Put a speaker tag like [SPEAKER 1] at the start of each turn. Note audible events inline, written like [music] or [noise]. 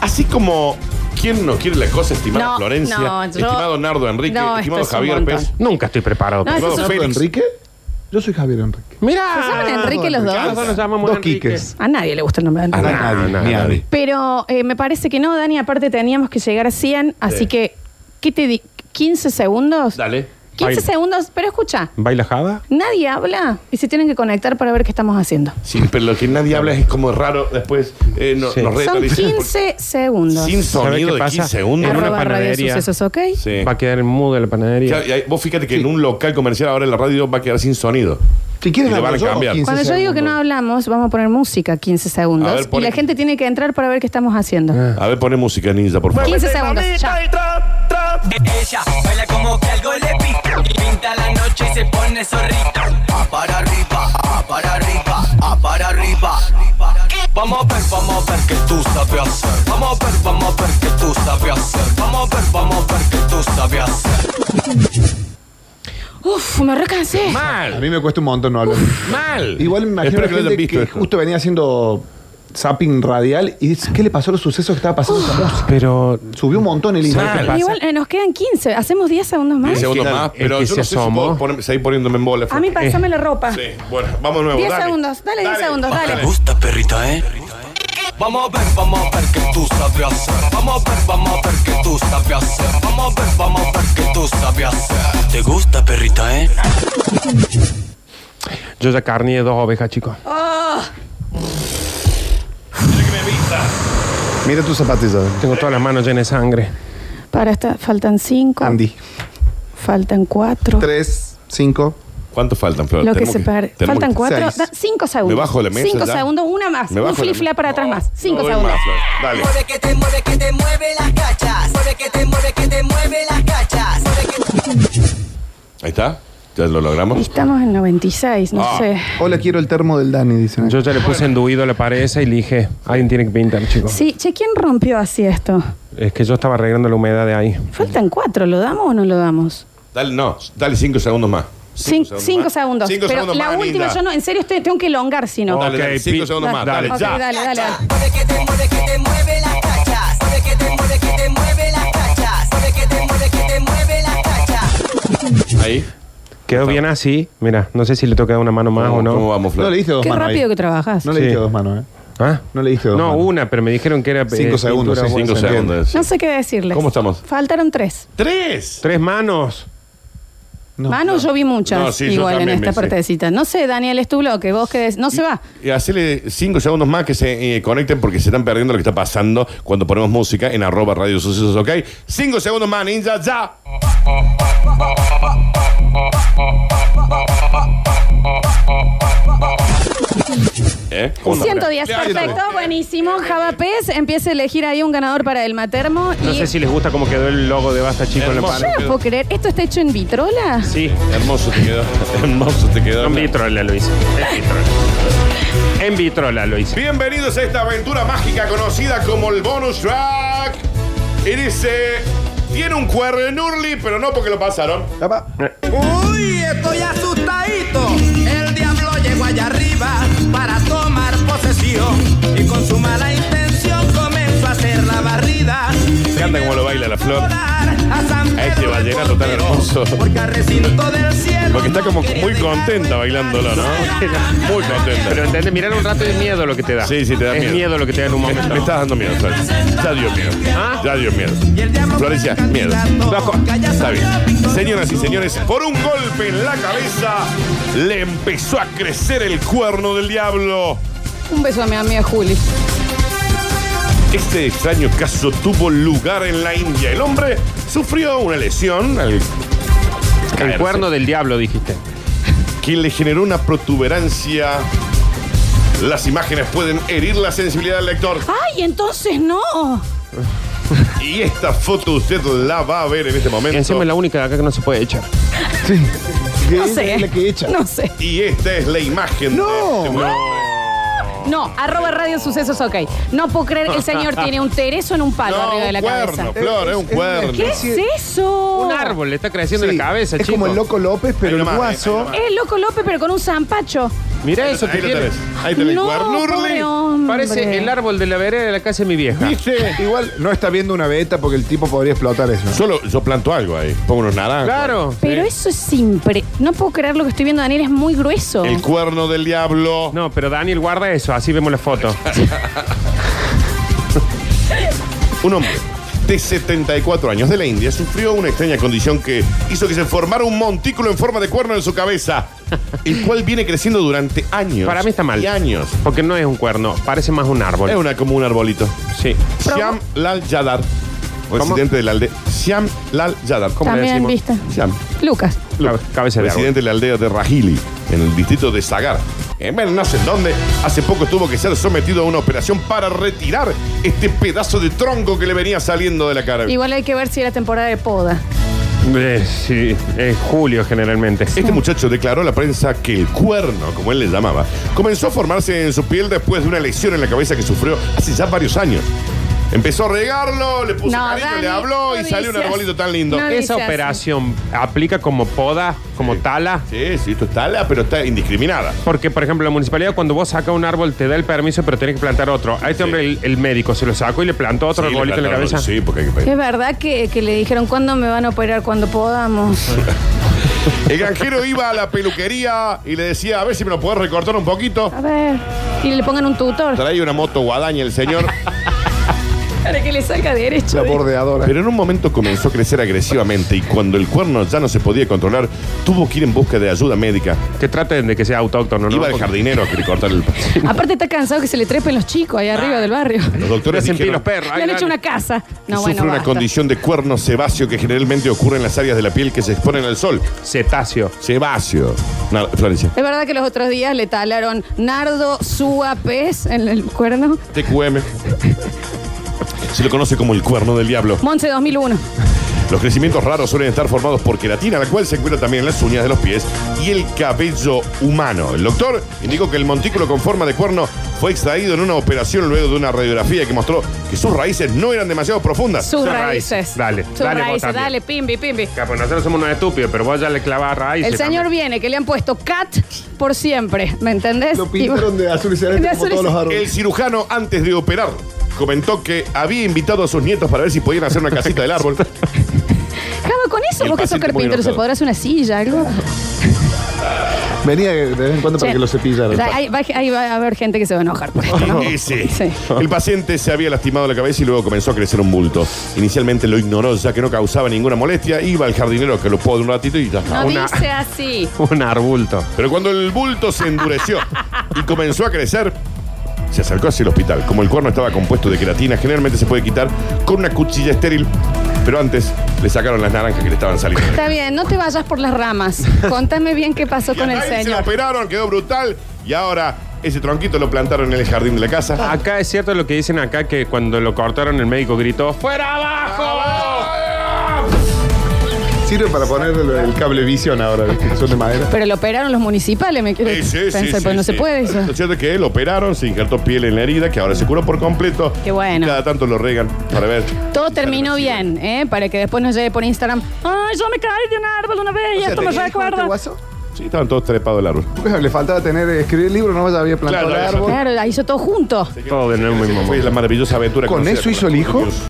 [SPEAKER 1] Así como, ¿quién no quiere la cosa, estimada
[SPEAKER 2] No,
[SPEAKER 1] Florencia?
[SPEAKER 2] no, yo-
[SPEAKER 1] estimado Nardo Enrique,
[SPEAKER 2] No,
[SPEAKER 1] estimado
[SPEAKER 2] esto es un
[SPEAKER 1] Javier
[SPEAKER 2] montón.
[SPEAKER 1] Pérez.
[SPEAKER 3] Nunca estoy preparado.
[SPEAKER 2] No,
[SPEAKER 3] Mira,
[SPEAKER 2] eso
[SPEAKER 1] Eduardo
[SPEAKER 2] es un-
[SPEAKER 1] Félix.
[SPEAKER 4] Enrique? Yo soy Javier Enrique.
[SPEAKER 3] Mirá.
[SPEAKER 2] ¿Se llaman Enrique los
[SPEAKER 3] Ah,
[SPEAKER 2] dos?
[SPEAKER 3] nosotros nos llamamos
[SPEAKER 4] Dos
[SPEAKER 3] Enrique.
[SPEAKER 4] Quiques.
[SPEAKER 2] A nadie le gusta el nombre de
[SPEAKER 3] A
[SPEAKER 2] Enrique.
[SPEAKER 3] nadie, a nadie.
[SPEAKER 2] Pero eh, me parece que no, Dani. Aparte teníamos que llegar a 100, así
[SPEAKER 1] Sí.
[SPEAKER 2] que, ¿qué te di? ¿15 segundos?
[SPEAKER 1] Dale.
[SPEAKER 2] 15
[SPEAKER 3] Baila.
[SPEAKER 2] segundos, pero escucha,
[SPEAKER 3] ¿Baila Java?
[SPEAKER 2] nadie habla y se tienen que conectar para ver qué estamos haciendo.
[SPEAKER 1] Sí, pero lo que nadie habla es como raro después eh, no-
[SPEAKER 3] Sí.
[SPEAKER 1] nos reta,
[SPEAKER 2] Son
[SPEAKER 1] dicen,
[SPEAKER 2] 15 segundos.
[SPEAKER 1] porque- sin
[SPEAKER 3] ¿Sabe qué
[SPEAKER 1] sonido de
[SPEAKER 3] pasa?
[SPEAKER 1] 15 segundos.
[SPEAKER 3] En una
[SPEAKER 2] Arroba Radio
[SPEAKER 3] panadería.
[SPEAKER 2] Sucesos, ¿ok?
[SPEAKER 1] Sí.
[SPEAKER 3] Va a quedar muda la panadería.
[SPEAKER 1] Claro, y ahí- vos fíjate que en un local comercial ahora la radio va a quedar sin sonido.
[SPEAKER 4] Si quieres,
[SPEAKER 1] Y le van a
[SPEAKER 4] hablo yo,
[SPEAKER 1] cambiar.
[SPEAKER 4] 15
[SPEAKER 2] Cuando yo digo que no
[SPEAKER 4] segundos.
[SPEAKER 2] hablamos, vamos a poner música 15 segundos.
[SPEAKER 1] A ver, Ah.
[SPEAKER 2] y
[SPEAKER 1] pone-
[SPEAKER 2] la gente tiene que entrar para ver qué estamos haciendo.
[SPEAKER 1] A ver, pone música ninja, por favor.
[SPEAKER 2] 15 segundos. ya.
[SPEAKER 5] Ella baila como que algo le pica. Pinta la noche y se pone zorrita. A para arriba, a para arriba, a para arriba. Vamos a ver, vamos a ver que tú sabes hacer. Vamos a ver, vamos a ver que tú sabes hacer. Vamos a ver, vamos a ver que tú sabes hacer.
[SPEAKER 2] Uf, me recansé.
[SPEAKER 4] A
[SPEAKER 1] Mal,
[SPEAKER 4] mí me cuesta un montón no hablar.
[SPEAKER 1] mal.
[SPEAKER 4] Igual me imagino
[SPEAKER 1] Espero
[SPEAKER 4] la
[SPEAKER 1] que lo
[SPEAKER 4] gente
[SPEAKER 1] hayan
[SPEAKER 4] que,
[SPEAKER 1] visto. esto.
[SPEAKER 4] justo venía haciendo zapping radial y dice, ¿qué le pasó a los sucesos que estaba pasando esa música?
[SPEAKER 3] Pero
[SPEAKER 4] Subió un montón el
[SPEAKER 3] ¿Sabe qué
[SPEAKER 4] Instagram.
[SPEAKER 3] pasa?
[SPEAKER 2] Igual eh, nos quedan 15. Hacemos 10 segundos más.
[SPEAKER 1] 10 segundos
[SPEAKER 3] final,
[SPEAKER 1] más,
[SPEAKER 3] es
[SPEAKER 1] pero
[SPEAKER 3] que
[SPEAKER 1] yo
[SPEAKER 3] se
[SPEAKER 1] no sé si
[SPEAKER 3] asomó.
[SPEAKER 1] puedo ponerme- seguir poniéndome en bola.
[SPEAKER 2] A mí pasame la ropa.
[SPEAKER 1] [laughs] Sí, bueno, vamos de nuevo.
[SPEAKER 2] 10
[SPEAKER 1] dale.
[SPEAKER 2] segundos, dale 10 segundos, dale.
[SPEAKER 5] gusta, perrita, eh? Vamos a ver, vamos a ver que tú sabes hacer. Vamos a ver, vamos a ver que tú sabes hacer. Vamos a ver, vamos a ver que tú sabes hacer. ¿Te gusta, perrita, eh?
[SPEAKER 3] yo ya carné dos ovejas, chicos.
[SPEAKER 4] Mira tus zapatillas.
[SPEAKER 3] Tengo todas las manos llenas de sangre.
[SPEAKER 2] Para esta, faltan 5.
[SPEAKER 4] Andy.
[SPEAKER 2] Faltan 4.
[SPEAKER 4] Tres, cinco.
[SPEAKER 1] ¿Cuánto faltan, Flor?
[SPEAKER 2] Lo que
[SPEAKER 1] Tenemos
[SPEAKER 2] se pierde.
[SPEAKER 1] tenemos
[SPEAKER 2] Faltan
[SPEAKER 1] que-
[SPEAKER 2] 4.
[SPEAKER 4] Seis.
[SPEAKER 2] 5 segundos.
[SPEAKER 1] Me bajo de la mesa
[SPEAKER 2] 5
[SPEAKER 1] ya.
[SPEAKER 2] segundos, una más.
[SPEAKER 1] Me
[SPEAKER 2] Un
[SPEAKER 1] bajo de la
[SPEAKER 2] flip
[SPEAKER 1] mesa.
[SPEAKER 2] para atrás más. 5
[SPEAKER 1] No doy
[SPEAKER 2] segundos.
[SPEAKER 1] más, Flor. Dale.
[SPEAKER 6] Mueve que te mueve, que te mueve las cachas. Mueve que te mueve, que te mueve las cachas. Mueve que
[SPEAKER 1] Ahí está. Ya lo logramos.
[SPEAKER 2] Estamos en 96, no
[SPEAKER 1] Ah.
[SPEAKER 2] sé.
[SPEAKER 4] Hola, quiero el termo del Dani, dicen.
[SPEAKER 3] Yo ya le puse enduido a la pared esa y le dije, alguien tiene que pintar, chicos.
[SPEAKER 2] Sí, che, ¿quién rompió así esto?
[SPEAKER 3] Es que yo estaba arreglando la humedad de ahí.
[SPEAKER 2] Faltan 4, ¿lo damos o no lo damos?
[SPEAKER 1] Dale, no, dale 5 segundos más.
[SPEAKER 2] 5
[SPEAKER 1] Cinco
[SPEAKER 2] segundos.
[SPEAKER 1] más. Cinco
[SPEAKER 2] Pero
[SPEAKER 1] segundos
[SPEAKER 2] la
[SPEAKER 1] más,
[SPEAKER 2] última,
[SPEAKER 1] Linda.
[SPEAKER 2] yo no, en serio estoy- tengo que elongar si no.
[SPEAKER 1] Dale, dale,
[SPEAKER 3] Ok,
[SPEAKER 1] 5
[SPEAKER 3] pi-
[SPEAKER 1] segundos más. Dale,
[SPEAKER 2] Ok,
[SPEAKER 1] ya.
[SPEAKER 2] dale, dale, dale.
[SPEAKER 6] Mueve que te mueve, que te mueve las cachas. Mueve que te mueve, que te mueve las cachas. Mueve que te mueve, que te mueve las cachas.
[SPEAKER 1] Ahí.
[SPEAKER 3] Quedó bien así. Mira, no sé si le toca dar una mano más o
[SPEAKER 1] ¿Cómo,
[SPEAKER 3] no.
[SPEAKER 1] ¿Cómo vamos, Flor?
[SPEAKER 4] No le diste dos
[SPEAKER 2] Qué
[SPEAKER 4] manos. ahí.
[SPEAKER 2] rápido que trabajas.
[SPEAKER 4] No
[SPEAKER 2] No,
[SPEAKER 4] le diste
[SPEAKER 3] Sí.
[SPEAKER 4] dos manos, ¿eh?
[SPEAKER 3] ¿Ah?
[SPEAKER 4] No le dije dos
[SPEAKER 3] No,
[SPEAKER 4] manos.
[SPEAKER 3] una, pero me dijeron que era. eh,
[SPEAKER 4] Cinco segundos,
[SPEAKER 3] pintura
[SPEAKER 4] sí,
[SPEAKER 3] buena.
[SPEAKER 1] 5
[SPEAKER 4] se entiende.
[SPEAKER 1] segundos.
[SPEAKER 2] sé qué decirles.
[SPEAKER 1] ¿Cómo estamos?
[SPEAKER 2] Faltaron 3.
[SPEAKER 1] ¡Tres!
[SPEAKER 3] Tres manos.
[SPEAKER 4] No.
[SPEAKER 2] Manu, yo vi muchas
[SPEAKER 1] No, sí, yo
[SPEAKER 2] igual en
[SPEAKER 1] también
[SPEAKER 2] esta
[SPEAKER 1] vi, sí.
[SPEAKER 2] partecita. No sé, Daniel, es tu bloque. Vos que des- no se va.
[SPEAKER 1] Y Eh, hacele 5 segundos más que se eh, conecten porque se están perdiendo lo que está pasando cuando ponemos música en arroba radio sucesos, ¿ok? 5 segundos más, ninja, ya. ¿Eh? ¿Cómo está?
[SPEAKER 2] 110,
[SPEAKER 1] Ahí está.
[SPEAKER 2] perfecto, buenísimo. Javapés empieza a elegir ahí un ganador para el matermo.
[SPEAKER 3] No
[SPEAKER 2] y
[SPEAKER 3] sé si les gusta cómo quedó el logo de Basta Chico en la
[SPEAKER 1] Hermoso.
[SPEAKER 3] pared.
[SPEAKER 2] No puedo creer, ¿esto está hecho en vitrola?
[SPEAKER 3] Sí,
[SPEAKER 1] Hermoso te quedó. [laughs] Hermoso te quedó.
[SPEAKER 3] en vitrola lo hice. En vitrola. En vitrola lo hice.
[SPEAKER 1] Bienvenidos a esta aventura mágica conocida como el bonus track. Y dice, tiene un cuernurli, pero no porque lo pasaron.
[SPEAKER 4] Apa.
[SPEAKER 5] Uy, estoy asustadito. El diablo llegó allá arriba para tomar posesión. Y con su mala intención comenzó a hacer la barrida.
[SPEAKER 1] Me encanta cómo lo baila la flor.
[SPEAKER 5] A San
[SPEAKER 1] A este
[SPEAKER 5] Pedro
[SPEAKER 1] vallenato tan
[SPEAKER 5] del
[SPEAKER 1] hermoso.
[SPEAKER 5] Portero, Porque al recinto del cielo.
[SPEAKER 1] Porque está
[SPEAKER 5] no
[SPEAKER 1] como
[SPEAKER 5] quería
[SPEAKER 1] muy
[SPEAKER 5] dejar
[SPEAKER 1] contenta
[SPEAKER 5] entrar.
[SPEAKER 1] bailándolo, ¿no? Muy
[SPEAKER 3] Pero
[SPEAKER 1] contenta.
[SPEAKER 3] entendés, mirar un rato es miedo lo que te da.
[SPEAKER 1] Sí, sí, te da
[SPEAKER 3] es
[SPEAKER 1] miedo.
[SPEAKER 3] miedo lo que te da en un
[SPEAKER 1] Me,
[SPEAKER 3] momento.
[SPEAKER 1] me estás dando miedo, Flor. Ya dio miedo.
[SPEAKER 3] ¿Ah?
[SPEAKER 1] Ya dio miedo.
[SPEAKER 5] Y el diablo
[SPEAKER 1] Florencia,
[SPEAKER 5] fue el
[SPEAKER 1] miedo.
[SPEAKER 5] candidato.
[SPEAKER 1] Bajo.
[SPEAKER 5] Calla,
[SPEAKER 1] Está bien.
[SPEAKER 5] Victoria
[SPEAKER 1] Señoras y señores, por un golpe en la cabeza le empezó a crecer el cuerno del diablo.
[SPEAKER 2] Un beso a mi amiga Juli.
[SPEAKER 1] Este extraño caso tuvo lugar en la India. El hombre sufrió una lesión al
[SPEAKER 3] El
[SPEAKER 1] caerse,
[SPEAKER 3] cuerno del diablo, dijiste.
[SPEAKER 1] que le generó una protuberancia. Las imágenes pueden herir la sensibilidad del lector.
[SPEAKER 2] ¡Ay, entonces no!
[SPEAKER 1] Y esta foto usted la va a ver en este momento.
[SPEAKER 3] Encima es la única de acá que no se puede echar.
[SPEAKER 4] Sí.
[SPEAKER 2] No
[SPEAKER 4] ¿Qué
[SPEAKER 2] sé.
[SPEAKER 4] Es la que echa.
[SPEAKER 2] No sé.
[SPEAKER 1] Y esta es la imagen
[SPEAKER 4] No.
[SPEAKER 1] de este hombre.
[SPEAKER 2] No, arroba radio sucesos, ok. No puedo creer, el señor tiene un tereso en un palo
[SPEAKER 1] No,
[SPEAKER 2] arriba de la
[SPEAKER 1] un cuerno,
[SPEAKER 2] cabeza.
[SPEAKER 1] Flor, es un
[SPEAKER 4] Es- es-
[SPEAKER 1] cuerno.
[SPEAKER 2] ¿Qué es eso?
[SPEAKER 3] Un árbol le está creciendo
[SPEAKER 4] Sí,
[SPEAKER 3] en la cabeza,
[SPEAKER 4] es
[SPEAKER 3] chico.
[SPEAKER 4] como el loco López,
[SPEAKER 1] Ahí
[SPEAKER 4] pero el
[SPEAKER 1] nomás, ahí
[SPEAKER 4] guaso.
[SPEAKER 1] nomás.
[SPEAKER 2] Es el loco López, pero con un zampacho.
[SPEAKER 3] Mirá eso
[SPEAKER 1] ahí
[SPEAKER 3] que
[SPEAKER 1] lo
[SPEAKER 3] tiene.
[SPEAKER 1] tenés. Ahí tenés.
[SPEAKER 2] No,
[SPEAKER 1] Guarnurli.
[SPEAKER 2] pobre hombre.
[SPEAKER 3] Parece el árbol de la vereda de la casa de mi vieja.
[SPEAKER 1] ¿Viste?
[SPEAKER 4] Igual no está viendo una beta porque el tipo podría explotar eso.
[SPEAKER 1] Solo yo planto algo ahí. Pongo unos naranjos.
[SPEAKER 3] Claro.
[SPEAKER 2] Pero eso es simple. No puedo creer lo que estoy viendo, Daniel, es muy grueso.
[SPEAKER 1] El cuerno del diablo.
[SPEAKER 3] No, pero Daniel, guarda eso, así vemos la foto.
[SPEAKER 1] Un hombre de 74 años de la India sufrió una extraña condición que hizo que se formara un montículo en forma de cuerno en su cabeza, el cual viene creciendo durante años.
[SPEAKER 3] Para mí está mal.
[SPEAKER 1] Y años.
[SPEAKER 3] Porque no es un cuerno, parece más un árbol.
[SPEAKER 1] Es una, como un arbolito.
[SPEAKER 3] Sí.
[SPEAKER 1] Shyam Lal Yadar, residente de la aldea. Shyam Lal Yadar. ¿Cómo le
[SPEAKER 2] También en
[SPEAKER 1] decimos?
[SPEAKER 2] vista.
[SPEAKER 1] Shyam.
[SPEAKER 2] Lucas.
[SPEAKER 3] Cab- cabeza de árbol.
[SPEAKER 1] presidente de la aldea de Rajili, en el distrito de Sagar. En bueno, no sé en dónde, hace poco tuvo que ser sometido a una operación para retirar este pedazo de tronco que le venía saliendo de la cara.
[SPEAKER 2] Igual hay que ver si era temporada de poda.
[SPEAKER 3] Eh, sí, es julio generalmente.
[SPEAKER 1] Este muchacho declaró a la prensa que el cuerno, como él le llamaba, comenzó a formarse en su piel después de una lesión en la cabeza que sufrió hace ya varios años. Empezó a regarlo, le puso
[SPEAKER 2] No,
[SPEAKER 1] cariño,
[SPEAKER 2] Dani,
[SPEAKER 1] le habló
[SPEAKER 2] no
[SPEAKER 1] y salió un
[SPEAKER 2] dices.
[SPEAKER 1] arbolito tan lindo.
[SPEAKER 2] No dices.
[SPEAKER 3] Esa operación aplica como poda, como
[SPEAKER 1] Sí.
[SPEAKER 3] tala.
[SPEAKER 1] Sí, sí, esto está la, pero está indiscriminada.
[SPEAKER 3] Porque, por ejemplo, la municipalidad cuando vos sacas un árbol te da el permiso, pero tenés que plantar otro. A este hombre el, el médico se lo sacó y le plantó otro
[SPEAKER 1] Sí, le
[SPEAKER 3] arbolito en la
[SPEAKER 1] plantaron-
[SPEAKER 3] cabeza.
[SPEAKER 1] Sí, porque hay que pedir.
[SPEAKER 2] Es verdad que, que le dijeron cuándo me van a operar, cuando podamos.
[SPEAKER 1] El granjero iba a la peluquería y le decía, a ver si me lo puedes recortar un poquito.
[SPEAKER 2] A ver. Y le pongan un tutor.
[SPEAKER 1] Trae una moto guadaña el señor,
[SPEAKER 2] Para que le salga derecho.
[SPEAKER 4] La bordeadora.
[SPEAKER 1] pero en un momento comenzó a crecer agresivamente y cuando el cuerno ya no se podía controlar, tuvo que ir en busca de ayuda médica.
[SPEAKER 3] Que traten de que sea autóctono, ¿no?
[SPEAKER 1] Iba al jardinero a que le cortara el...
[SPEAKER 2] Aparte está cansado que se le trepen los chicos ahí arriba del barrio.
[SPEAKER 1] Los
[SPEAKER 3] Porque
[SPEAKER 1] doctores
[SPEAKER 3] hacen pie
[SPEAKER 1] dijeron
[SPEAKER 3] los perros.
[SPEAKER 2] [laughs] Le
[SPEAKER 3] Ay,
[SPEAKER 2] han
[SPEAKER 3] dale.
[SPEAKER 2] hecho una casa.
[SPEAKER 1] que
[SPEAKER 2] No,
[SPEAKER 1] sufre
[SPEAKER 2] bueno,
[SPEAKER 1] una
[SPEAKER 2] basta.
[SPEAKER 1] condición de cuerno sebáceo que generalmente ocurre en las áreas de la piel que se exponen al sol.
[SPEAKER 3] Cetáceo.
[SPEAKER 1] Sebáceo. No, Florencia.
[SPEAKER 2] Es verdad que los otros días le talaron nardo, súa, pez en el cuerno.
[SPEAKER 1] TQM. Se lo conoce como el cuerno del diablo.
[SPEAKER 2] Monse 2001.
[SPEAKER 1] Los crecimientos raros suelen estar formados por queratina, la cual se encuentra también en las uñas de los pies y el cabello humano. El doctor indicó que el montículo con forma de cuerno fue extraído en una operación luego de una radiografía que mostró que sus raíces no eran demasiado profundas.
[SPEAKER 2] Sus
[SPEAKER 3] Sus
[SPEAKER 2] raíces.
[SPEAKER 3] raíces. Dale,
[SPEAKER 2] Sus
[SPEAKER 3] dale, vos
[SPEAKER 2] raíces,
[SPEAKER 3] también.
[SPEAKER 2] dale, pimbi, pimbi.
[SPEAKER 3] Ya, pues nosotros somos unos estúpidos, pero vos ya le clavás raíces.
[SPEAKER 2] El señor viene, que le han puesto cat por siempre, ¿me entendés?
[SPEAKER 4] Lo pintaron de azul y celeste
[SPEAKER 2] De
[SPEAKER 4] como
[SPEAKER 2] azul y
[SPEAKER 4] todos los
[SPEAKER 1] El
[SPEAKER 4] árboles.
[SPEAKER 1] cirujano, antes de operar, comentó que había invitado a sus nietos para ver si podían hacer una casita del árbol.
[SPEAKER 2] Y- Java, con eso,
[SPEAKER 1] El
[SPEAKER 2] vos que sos
[SPEAKER 1] paciente muy
[SPEAKER 2] carpintero, ¿se
[SPEAKER 1] enojado.
[SPEAKER 2] podrá hacer una silla, algo?
[SPEAKER 4] Venía de vez en cuando para
[SPEAKER 2] Che.
[SPEAKER 4] que lo cepillaran.
[SPEAKER 2] Da- Ahí va, ahí va a haber gente que se va a enojar por esto, ¿no?
[SPEAKER 1] Y [laughs] sí.
[SPEAKER 2] Sí.
[SPEAKER 1] El paciente se había lastimado la cabeza y luego comenzó a crecer un bulto. Inicialmente lo ignoró ya que no causaba ninguna molestia. Iba al jardinero que lo podó un ratito y ya está.
[SPEAKER 2] No
[SPEAKER 3] Una-
[SPEAKER 2] dice así.
[SPEAKER 3] [laughs] Un arbulto.
[SPEAKER 1] Pero cuando el bulto se endureció y comenzó a crecer, se acercó hacia el hospital. Como el cuerno estaba compuesto de queratina, generalmente se puede quitar con una cuchilla estéril. Pero antes le sacaron las naranjas que le estaban saliendo.
[SPEAKER 2] Está bien, no te vayas por
[SPEAKER 1] [laughs]
[SPEAKER 2] las ramas. Contame bien qué pasó
[SPEAKER 1] Y a
[SPEAKER 2] con el
[SPEAKER 1] Nail Se lo
[SPEAKER 2] señor.
[SPEAKER 1] operaron, quedó brutal. Y ahora ese tronquito lo plantaron en el jardín de la casa.
[SPEAKER 3] Acá es cierto lo que dicen acá, que cuando lo cortaron el médico gritó ¡Fuera abajo!
[SPEAKER 1] Ah.
[SPEAKER 4] Sirve para poner el, el cable visión ahora, ¿viste? que son de madera.
[SPEAKER 2] Pero lo operaron los municipales, me quiero
[SPEAKER 1] Sí, sí, sí,
[SPEAKER 2] pensar,
[SPEAKER 1] sí,
[SPEAKER 2] pues no
[SPEAKER 1] sí.
[SPEAKER 2] se puede eso.
[SPEAKER 1] Lo cierto es que lo operaron, se injertó piel en la herida, que ahora se curó por completo.
[SPEAKER 2] Qué bueno.
[SPEAKER 1] Cada tanto lo regan para ver.
[SPEAKER 2] Todo terminó bien, ¿eh? Para que después nos llegue por Instagram. Ay, yo me caí de un árbol una vez y esto me recuerda.
[SPEAKER 1] Sí, estaban todos trepados del árbol.
[SPEAKER 4] Bueno, le faltaba tener, escribir el libro, no ya había plantado
[SPEAKER 1] Claro,
[SPEAKER 4] el
[SPEAKER 1] ya
[SPEAKER 4] árbol.
[SPEAKER 2] Claro, la hizo todo junto.
[SPEAKER 3] Todo de nuevo mi mamá.
[SPEAKER 1] Fue la maravillosa aventura.
[SPEAKER 4] ¿Con
[SPEAKER 1] conocida
[SPEAKER 4] eso
[SPEAKER 1] como
[SPEAKER 4] hizo
[SPEAKER 1] la
[SPEAKER 4] el hijo?
[SPEAKER 1] Dios.